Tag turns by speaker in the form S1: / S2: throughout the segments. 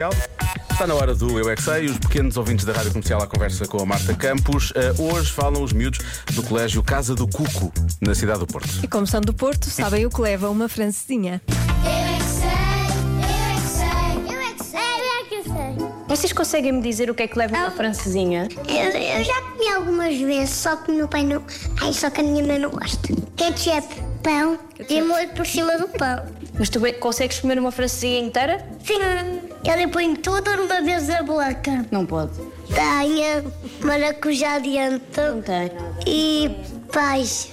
S1: Comercial. Está na hora do Eu é que Sei, os pequenos ouvintes da Rádio Comercial à conversa com a Marta Campos. Eh, hoje falam os miúdos do Colégio Casa do Cuco, na cidade do Porto.
S2: E como são do Porto, sabem o que leva uma francesinha.
S3: Eu é que sei, eu é que sei, eu é que sei, eu é que sei.
S4: Vocês conseguem me dizer o que é que leva uma francesinha?
S3: Eu, eu já comi algumas vezes, só que o meu pai não. Ai, só que a minha mãe não gosta. Ketchup, pão e molho por cima do pão.
S4: Mas tu be- consegues comer uma francesinha inteira?
S3: Sim, ele põe tudo numa mesa branca.
S4: Não pode.
S3: Tenha maracujá
S4: Não
S3: adiante
S4: tem.
S3: e paz.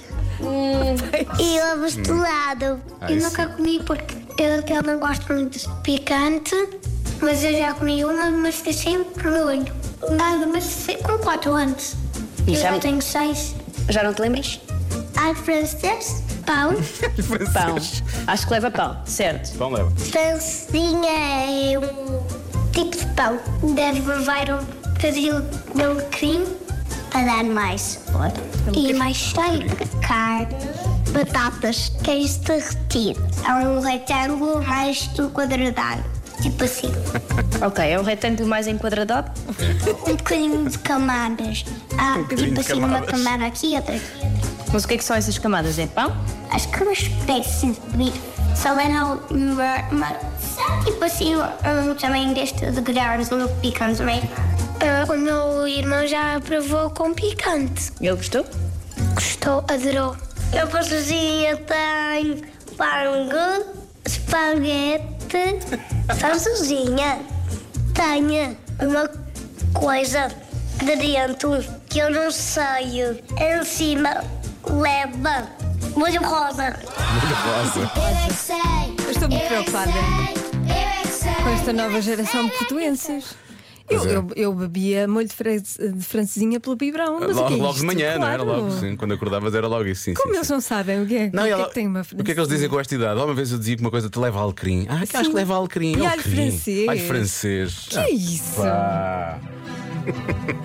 S3: E ovos de lado.
S1: Ah,
S3: eu
S1: isso
S3: nunca comi porque eu, que eu não gosto muito de picante, mas eu já comi uma, mas fiquei sempre olho. Nada, mas fiquei com 4 anos.
S4: E
S3: eu
S4: já-
S3: já tenho 6.
S4: Já não te lembras?
S3: Ai, francês, pão.
S4: Pão. Acho que leva pão, certo.
S1: Pão Então leva.
S3: Francinha é um tipo de pão. Deve levar um bocadinho de alecrim para dar mais sabor. E mais cheiro. Carne, batatas, queijo derretido. É um retângulo mais do quadrado. Tipo assim.
S4: Ok, é um retângulo mais enquadradado?
S3: Um bocadinho de camadas. Ah, tipo
S1: Um de
S3: assim, uma
S1: camadas.
S3: camada aqui, outra aqui.
S4: Mas o que é que são essas camadas? É pão?
S3: As camas parecem subir. Só eram uma, uma, tipo assim, um, também deste de grãos, um picante também. Ah, O meu irmão já provou com picante.
S4: Ele gostou?
S3: Gostou, adorou. Eu produzia tenho pango, espaguete, francesinha. Tenho uma coisa de dentro que eu não sei. Em cima leva molho rosa.
S1: Rosa.
S3: Eu é que sei. Eu é
S2: estou muito preocupada
S3: Eu é que sei.
S2: Com esta nova geração de portuenses. Eu,
S1: Pois é.
S2: eu, eu bebia molho de, fran- de francesinha pelo biberão. Mas o
S1: Logo,
S2: que é
S1: logo
S2: isto?
S1: de manhã, não era?
S2: Claro.
S1: Logo, sim. Quando acordavas era logo isso. Sim,
S2: Como
S1: sim,
S2: eles
S1: sim.
S2: não sabem o que é,
S1: Não,
S2: o
S1: e
S2: que, é
S1: ela-
S2: que tem uma
S1: o que é que eles dizem com esta idade? Uma vez eu dizia que uma coisa te leva alecrim. Ah, que acho
S2: Sim.
S1: que leva alecrim.
S2: E alho
S1: alecrim. Ah,
S2: francês.
S1: Alho francês.
S2: Que é isso?
S1: Ah, pá.